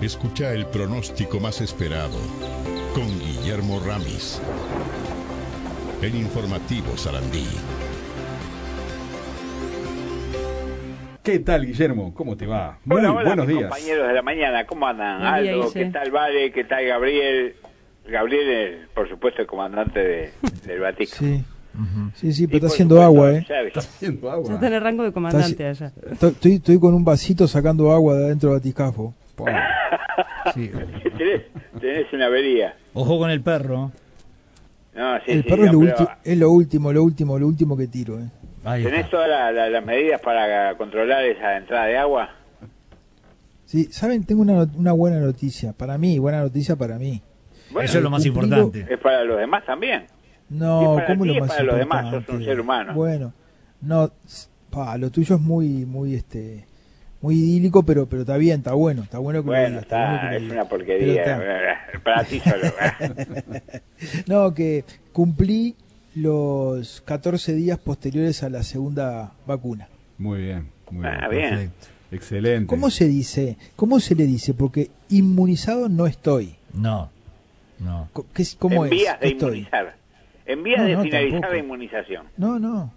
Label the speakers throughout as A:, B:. A: escucha el pronóstico más esperado con Guillermo Ramis. El informativo Sarandí.
B: ¿Qué tal, Guillermo? ¿Cómo te va?
C: Muy hola, hola,
B: buenos
C: mis
B: días.
C: compañeros de la mañana, ¿cómo andan?
D: Buen día,
C: Aldo,
D: Guille.
C: ¿qué tal Vale? ¿Qué tal Gabriel? Gabriel, el- por supuesto, el comandante de- del Vaticano.
E: Sí. Sí, sí,
C: Y
E: pero está
C: por
E: haciendo
C: supuesto,
E: agua, ¿eh?
C: Xavi.
B: Está haciendo
D: Ya
B: agua.
D: está en el rango de comandante allá.
E: Está- Estoy, estoy con un vasito sacando agua de adentro del batiscafo.
B: Pa.
F: Sí.
C: ¿Tenés, tenés una avería.
F: Ojo con el perro.
C: No, sí,
E: El
C: sí,
E: perro es
C: no,
E: lo,
C: pero
E: ulti- es lo último, lo último, lo último que tiro, ¿eh?
F: Ahí
C: ¿Tenés
F: está.
C: todas la- la- las medidas para controlar esa entrada de agua?
E: Sí, ¿saben? Tengo una, not- una buena noticia. Para mí, buena noticia para mí.
C: Bueno,
F: Eso es lo más
E: cumplido-
F: importante.
C: es para los demás también.
E: No,
C: Y para
E: ¿cómo
C: ti
E: lo
C: y
E: más
C: para los demás,
E: importante?
C: sos un ser humano.
E: Bueno, no, s- pa, lo tuyo es muy, muy, este, muy idílico, pero, pero está bien, está bueno, está bueno que lo
C: Bueno,
E: digas, está bueno
C: está,
E: que lo
C: es
E: digas.
C: una
E: Pero
C: porquería. eh, Para ti solo. eh.
E: está- No, que cumplí los 14 días posteriores a la segunda vacuna.
B: Muy bien, muy bien.
C: Ah, bien.
F: Perfecto.
B: Excelente.
E: ¿Cómo se dice? ¿Cómo se le dice? Porque inmunizado no estoy.
F: No. No.
E: Co- ¿Qué, es- ¿Cómo
C: En vías
E: es?
C: de
E: ¿Qué estoy?
C: inmunizar. En vías
E: No,
C: de
E: no,
C: finalizar
E: tampoco.
C: la inmunización.
E: No, no.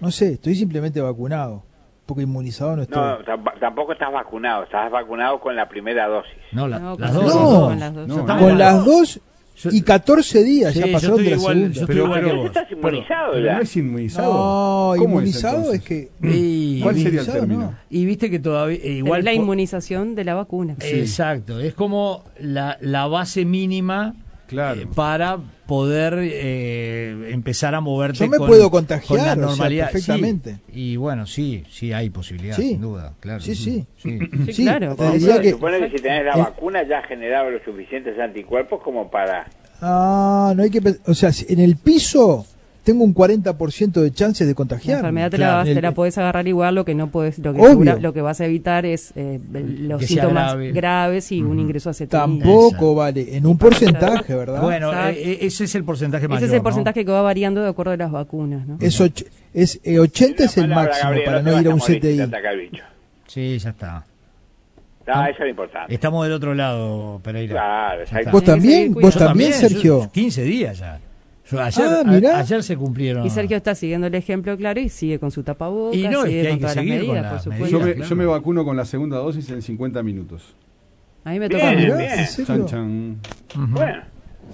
E: No sé, estoy simplemente vacunado. Porque inmunizado no estoy.
C: No, tamp- tampoco estás vacunado, estás vacunado con la primera dosis.
F: No, la-
D: No,
F: las
D: con-
F: dos.
E: No.
D: con las dos.
B: No,
F: Ya estamos
E: Con
F: en
E: las dos y 14 días
F: Sí,
E: ya
F: yo
E: pasaron de
F: estoy
E: la
F: igual-
E: segunda.
F: yo estoy
B: Pero-
F: igual que
B: pero-
F: vos.
C: Estás inmunizado
B: Pero
C: ya.
B: no es inmunizado.
E: No,
B: ¿Cómo
E: inmunizado es,
B: entonces?
E: que.
F: Y,
B: ¿Cuál sería el
E: inmunizado,
B: término?
E: no.
F: y viste que todavía. eh,
D: Pero
F: igual
D: es Mm. la
F: po-
D: inmunización de la vacuna.
F: Exacto. Es como la, la base mínima
B: Claro.
F: eh, para poder eh, empezar a moverte.
E: Yo me
F: con-
E: puedo
F: con la
E: contagiar, o sea,
F: normalidad. Sí.
E: perfectamente.
F: Y bueno, sí, sí hay posibilidad,
E: Sí.
F: sin duda, claro.
E: Sí, sí.
D: Sí, claro.
E: te diría
C: Se
E: que-
C: supone que si tenés la
E: Eh.
C: vacuna ya has generado los suficientes anticuerpos como para...
E: Ah, no hay que. pe- O sea, si en el piso tengo un 40% de chances de
D: La
E: contagiar.
D: enfermedad te,
F: claro,
D: la,
E: el-
D: te la podés agarrar igual, lo que no podés, lo que,
E: Obvio.
D: segura- lo que vas a evitar es eh, los
F: Que sea
D: síntomas
F: grave.
D: graves y un ingreso a cetonía.
E: Tampoco vale. En un porcentaje, ¿verdad?
F: Bueno,
D: Exacto.
F: eh, ese es el porcentaje mayor.
D: Ese es el
F: ¿no?
D: porcentaje que va variando de acuerdo a las vacunas, ¿no?
E: Es, och- es eh, 80 es el
C: Una palabra,
E: máximo
C: Gabriel,
E: para
C: te
E: no
C: vas
E: ir a un
C: morir si te
E: CTI.
C: ataca el bicho.
F: Sí, ya está.
C: No, eso es lo importante.
F: Estamos del otro lado, Pereira.
C: Claro, exacto.
E: ¿Vos
D: Tenés que seguir
E: también? ¿Vos
D: cuidando.
F: Yo
E: también,
F: yo-
E: Sergio?
F: 15 días ya. Yo ayer,
E: Ah,
F: a-
E: mirá.
F: ayer se cumplieron.
D: Y Sergio está siguiendo el ejemplo claro y sigue con su tapabocas,
F: Ah. Y no, es
D: sigue
F: que hay
D: con
F: que
D: todas las
F: seguir
D: medidas,
F: con
D: por
F: las
D: supuesto.
F: medidas.
B: Yo me,
F: Claro.
B: yo me vacuno con la segunda dosis en 50 minutos.
D: A mí me
C: Bien,
D: toca
C: bien.
E: Mirá,
D: mucho.
B: Chan,
E: ¿en serio?
B: chan.
F: Ujú.
C: Bueno,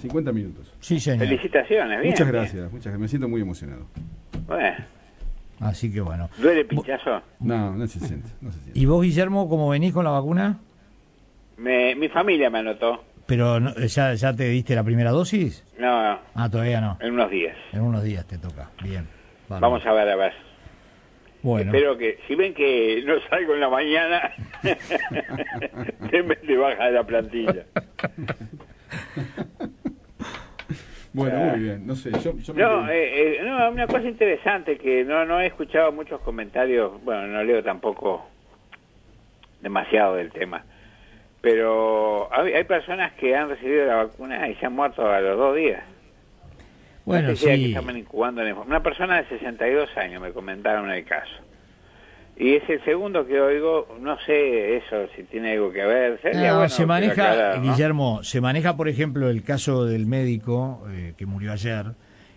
B: 50 minutos.
F: Sí, señor.
C: felicitaciones. bien,
B: muchas
C: bien.
B: gracias, muchas gracias. Me siento muy emocionado.
C: Bueno,
F: Así que bueno.
C: ¿Duele pinchazo?
B: No, no se siente. No se siente.
F: ¿Y vos, Guillermo, cómo venís con la vacuna?
C: Me- mi familia me anotó.
F: ¿Pero no- ya, ya te diste la primera dosis?
C: No,
F: Ah, todavía no.
C: en unos días.
F: En unos días te toca. Bien.
E: Ah,
F: Bárbaro.
C: Eh. Vamos a ver, a ver.
F: Bueno.
C: Espero que, si ven que no salgo en la mañana, denme de baja de la plantilla.
B: Bueno, muy bien. No sé, yo, yo me
C: Ah. No,
B: quedé-
C: eh, eh, no, una cosa interesante que no, no he escuchado muchos comentarios, bueno, no leo tampoco demasiado del tema, pero hay, hay personas que han recibido la vacuna y se han muerto a los dos días.
F: bueno,
C: No sé si era que
F: sí.
C: estaban incubando en el- Una persona de 62 años me comentaron el caso. Y es el segundo que oigo, no sé eso, si tiene algo que ver. Sería
F: No,
C: bueno que
F: se
C: lo
F: maneja,
C: aclarara, ¿no?
F: Guillermo, se maneja, por ejemplo, el caso del médico eh, que murió ayer,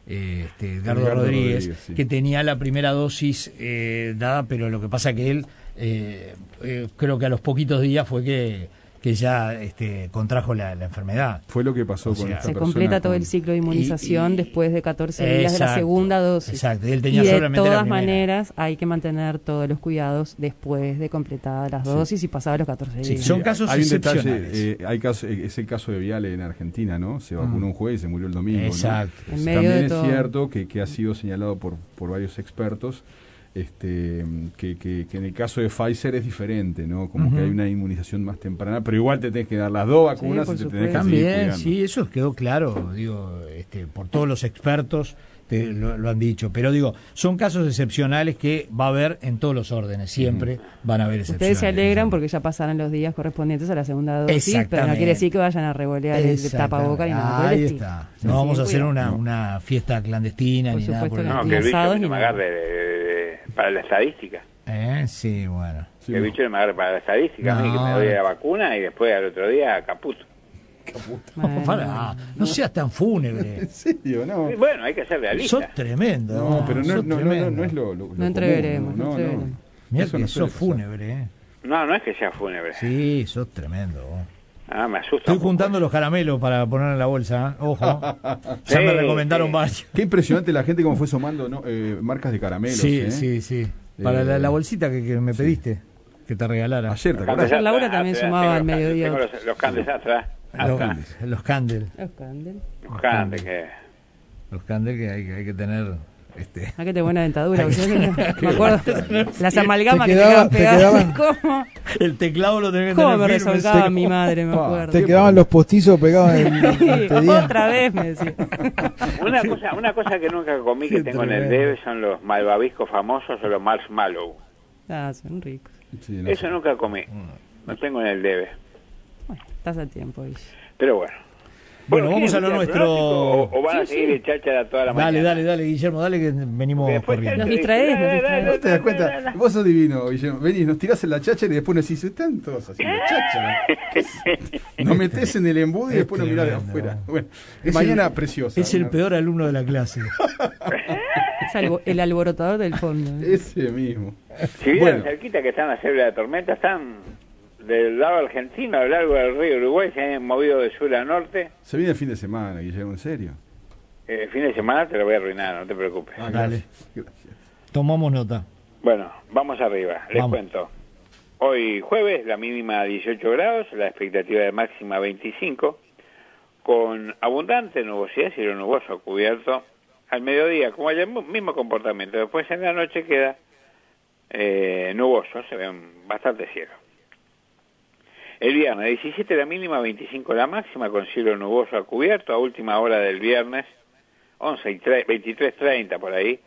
F: eh, este, Edgardo,
B: Edgardo
F: Rodríguez,
B: Rodríguez, sí.
F: que tenía la primera dosis eh, dada, pero lo que pasa que él, eh, eh, creo que a los poquitos días fue que, que ya este, contrajo la, la enfermedad.
B: Fue lo que pasó
F: O
B: con
F: sea,
B: esta
D: Se
B: persona
D: completa todo
B: con-
D: el ciclo de inmunización
F: Y- y-
D: después de 14 días de la
F: Exacto,
D: segunda dosis.
F: exacto. Él tenía
D: y de
F: solamente la
D: todas
F: primera.
D: maneras hay que mantener todos los cuidados después de completadas las dosis y pasados los 14
F: Sí,
D: días.
F: son casos
B: hay un
F: excepcionales. Mm.
B: detalle, eh, hay caso, eh, es el caso de Viale en Argentina, ¿no? Se vacunó un juez y se murió el domingo. ¿no? Pues,
F: Exacto.
D: En medio
B: También
D: de
B: es
D: todo.
B: cierto que, que ha sido señalado por, por varios expertos este, que, que- que en el caso de Pfizer es diferente, ¿no? Como que hay una inmunización más temprana, pero igual te tenés que dar las dos vacunas
D: por
B: y te tenés que
D: supuesto.
B: seguir
F: También,
B: cuidando.
F: sí, eso quedó claro, digo, este, por todos los expertos te- lo, lo han dicho. Pero digo, son casos excepcionales que va a haber en todos los órdenes, siempre van a haber excepciones.
D: Ustedes se alegran porque ya pasaron los días correspondientes a la segunda dosis, pero no
F: Exactamente.
D: quiere decir que vayan a revolear el
F: Exactamente.
D: tapaboca ni nada. por el
F: Ahí
D: estilo.
F: está.
D: Sí,
F: No vamos
D: sí,
F: a hacer
D: cuidado.
F: una, una fiesta clandestina
D: Por
F: ni nada
D: supuesto
F: por el
D: que
C: No,
D: ni
C: que el bicho
D: asados
C: que
D: ni
C: se me
D: nada.
C: agarre de- de- de- para la estadística.
F: estilo. Eh, Sí, bueno.
B: Sí, Sí,
C: que el
B: no.
C: bicho me agarre para la estadística, a mí que me
F: No.
C: doy la vacuna y después al otro día caputo.
D: Bueno.
F: Pará, ah, no seas tan fúnebre.
B: ¿En serio? No.
C: Y bueno, hay que ser realista.
F: Sos tremendo.
B: No, pero no,
F: sos
B: no, no, no,
F: tremendo.
B: no es lo, lo- lo común,
D: entreveremos, no entreveremos.
F: Mirá
B: Eso
F: que
B: no suele
F: sos
B: pasar.
F: fúnebre, ¿eh?
C: No, no es que sea fúnebre.
F: Sí, sos tremendo. vos.
C: Ah, me asusta.
F: Estoy
C: un poco.
F: juntando los caramelos para poner en la bolsa, ¿eh? ojo.
C: Sí,
F: Ya me recomendaron
C: sí.
F: varios.
B: Qué impresionante la gente como fue somando ¿no? Eh, marcas de caramelos.
F: Sí,
B: ¿eh?
F: sí, sí. Para
B: Eh,
F: la, la bolsita que, que me pediste, que te regalara.
B: Ayer, ¿te
C: Candes
B: acordás?
D: Ayer Laura
C: atrás,
D: también
C: atrás,
D: sumaba
C: tengo
D: al
C: los candes,
D: mediodía.
C: tengo los, los candes atrás.
F: los,
C: atrás.
F: los candel.
D: Los candel.
C: Los candes que...
F: Los candel que hay, que hay que tener. Este,
D: Ah, que te buena dentadura. porque yo me- me acuerdo. Las amalgamas
E: Te
D: que quedaban
E: quedaba- te
D: pegadas. ¿Cómo?
F: el teclado lo tenés que
D: ¿Cómo me
F: tener firme,
D: resolcaba
F: seco.
D: mi madre? Me
B: Pa.
D: acuerdo.
E: Te quedaban los postizos pegados en el
D: Sí,
E: te digo.
D: otra vez me decía.
C: Una cosa, una cosa que nunca comí que
F: Qué
C: tengo en el
F: tremendo.
C: debe son los malvaviscos famosos o los marshmallow.
D: Ah, son ricos.
B: Sí, no sé.
C: Eso nunca comí.
F: Mm.
C: No tengo en el debe.
D: Bueno, estás a tiempo, Guille.
C: Pero bueno.
F: Bueno, vamos
C: ¿quieren
F: a lo
C: escuchar
F: nuestro.
C: pronóstico O, o van a
D: Sí,
C: seguir
D: sí.
C: de cháchara toda la
F: Dale,
C: mañana.
F: dale, dale, Guillermo, dale que venimos corriendo.
D: Nos distraes, nos distraes.
B: ¿Vos te das cuenta? Vos sos divino, Guillermo. Venís, nos tirás en la chacha y después nos decís, están todos haciendo chacha. ¿Qué es? Nos metés en el embudo y
F: Es
B: después nos mirás de
F: tremendo.
B: afuera. Bueno,
F: Este Es
B: mañana
F: el-
B: preciosa.
F: Es el
B: Una-
F: peor alumno de la clase.
D: Es algo- el alborotador del fondo. ¿eh?
B: Ese mismo.
C: Si vieron
B: Bueno,
C: cerquita que están la cebra de tormenta, están del lado argentino, a lo largo del río Uruguay, se han movido de sur a norte.
B: se viene el fin de semana, Guillermo, en serio.
C: Eh, el fin de semana te lo voy a arruinar, no te preocupes.
B: Ah,
F: Dale.
B: gracias, gracias.
F: Tomamos nota.
C: Bueno, vamos arriba, les
F: Vamos.
C: cuento. Hoy jueves la mínima 18 grados, la expectativa de máxima 25, con abundante nubosidad, cielo nuboso cubierto al mediodía, como ayer, mu- mismo comportamiento. Después en la noche queda eh, nuboso, se ven bastante cielo. El viernes 17 la mínima, 25 la máxima, con cielo nuboso a cubierto a última hora del viernes, 11 y 23.30 por ahí,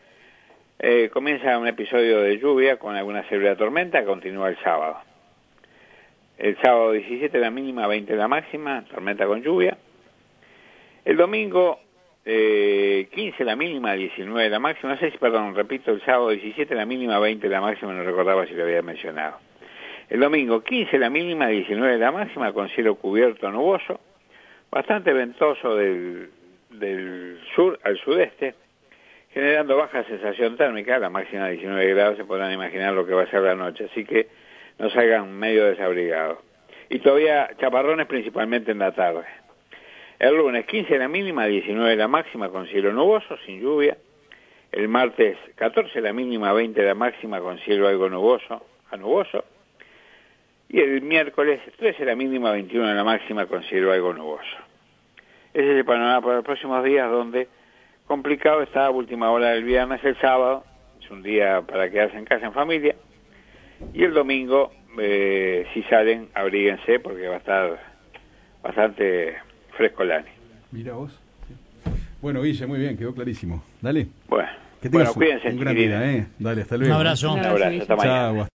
C: eh, comienza un episodio de lluvia con alguna severa tormenta, continúa el sábado. El sábado 17 la mínima, 20 la máxima, tormenta con lluvia. El domingo eh, 15 la mínima, 19 la máxima, no sé si, perdón, repito, el sábado 17 la mínima, 20 la máxima, no recordaba si lo había mencionado. El domingo 15 la mínima, 19 la máxima, con cielo cubierto nuboso, bastante ventoso del, del sur al sudeste, generando baja sensación térmica, la máxima de 19 grados, se podrán imaginar lo que va a ser la noche, así que no salgan medio desabrigados. Y todavía chaparrones principalmente en la tarde. El lunes 15 la mínima, 19 la máxima con cielo nuboso, sin lluvia. El martes 14 la mínima, 20 la máxima con cielo algo nuboso, a nuboso. Y el miércoles 13 la mínima, 21 la máxima con cielo algo nuboso. Ese es el panorama para los próximos días donde complicado está a última hora del viernes, el sábado, es un día para quedarse en casa en familia, y el domingo, eh, si salen, abríguense porque va a estar bastante fresco el ánimo.
B: Mira vos. Sí. Bueno, Guille, muy bien, quedó clarísimo. Dale.
C: Bueno,
B: Que tengas un-
C: bueno cuídense,
B: un gran
C: chiquilines.
B: día, ¿eh? Dale, hasta
F: Un
B: luego.
F: abrazo.
C: Un abrazo, hasta mañana.
B: Chao,